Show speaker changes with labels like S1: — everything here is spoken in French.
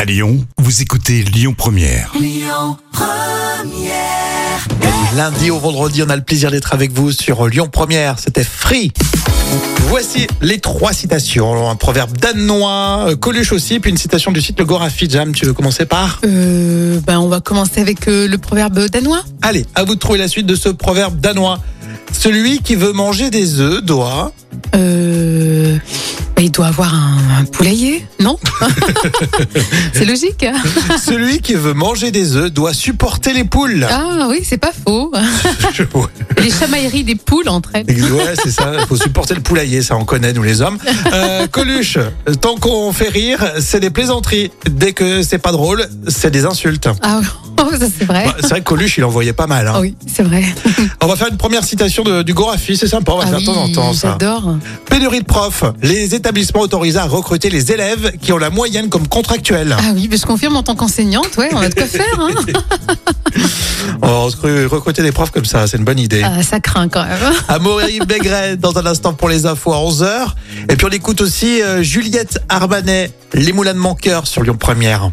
S1: À Lyon, vous écoutez Lyon Première.
S2: Du lundi au vendredi, on a le plaisir d'être avec vous sur Lyon Première. C'était Free. Voici les trois citations. Un proverbe danois, euh, Coluche aussi, puis une citation du site Le Gorafi. Jam, tu veux commencer par
S3: Euh, ben on va commencer avec euh, le proverbe danois.
S2: Allez, à vous de trouver la suite de ce proverbe danois. Celui qui veut manger des œufs doit...
S3: Euh, ben, il doit avoir un, un poulailler, non C'est logique. hein
S2: Celui qui veut manger des œufs doit supporter les poules.
S3: Ah oui, c'est pas faux.
S2: Je- ouais.
S3: Les chamailleries des poules entre elles.
S2: Ouais, c'est ça. Il faut supporter le poulailler, ça on connaît, nous les hommes. Euh, Coluche, tant qu'on fait rire, c'est des plaisanteries. Dès que c'est pas drôle, c'est des insultes.
S3: Ah ça c'est vrai.
S2: Bah, c'est vrai que Coluche, il envoyait pas mal. hein.
S3: Ah oui, c'est vrai.
S2: On va faire une première citation de, du Gorafi, c'est sympa, on va
S3: Ah
S2: faire de temps en
S3: oui,
S2: temps ça.
S3: J'adore.
S2: Pénurie de profs, les établissements autorisés à recruter les élèves qui ont la moyenne comme contractuelle.
S3: Ah oui, ben, je confirme en tant qu'enseignante, ouais, on a de quoi faire. hein.
S2: On va recru- recruter des profs comme ça, c'est une bonne idée.
S3: Ah, ça craint quand même.
S2: Amaury Maigret dans un instant pour les infos à 11h. Et puis on écoute aussi euh, Juliette Armanet, Les Moulins de mon cœur sur Lyon Première.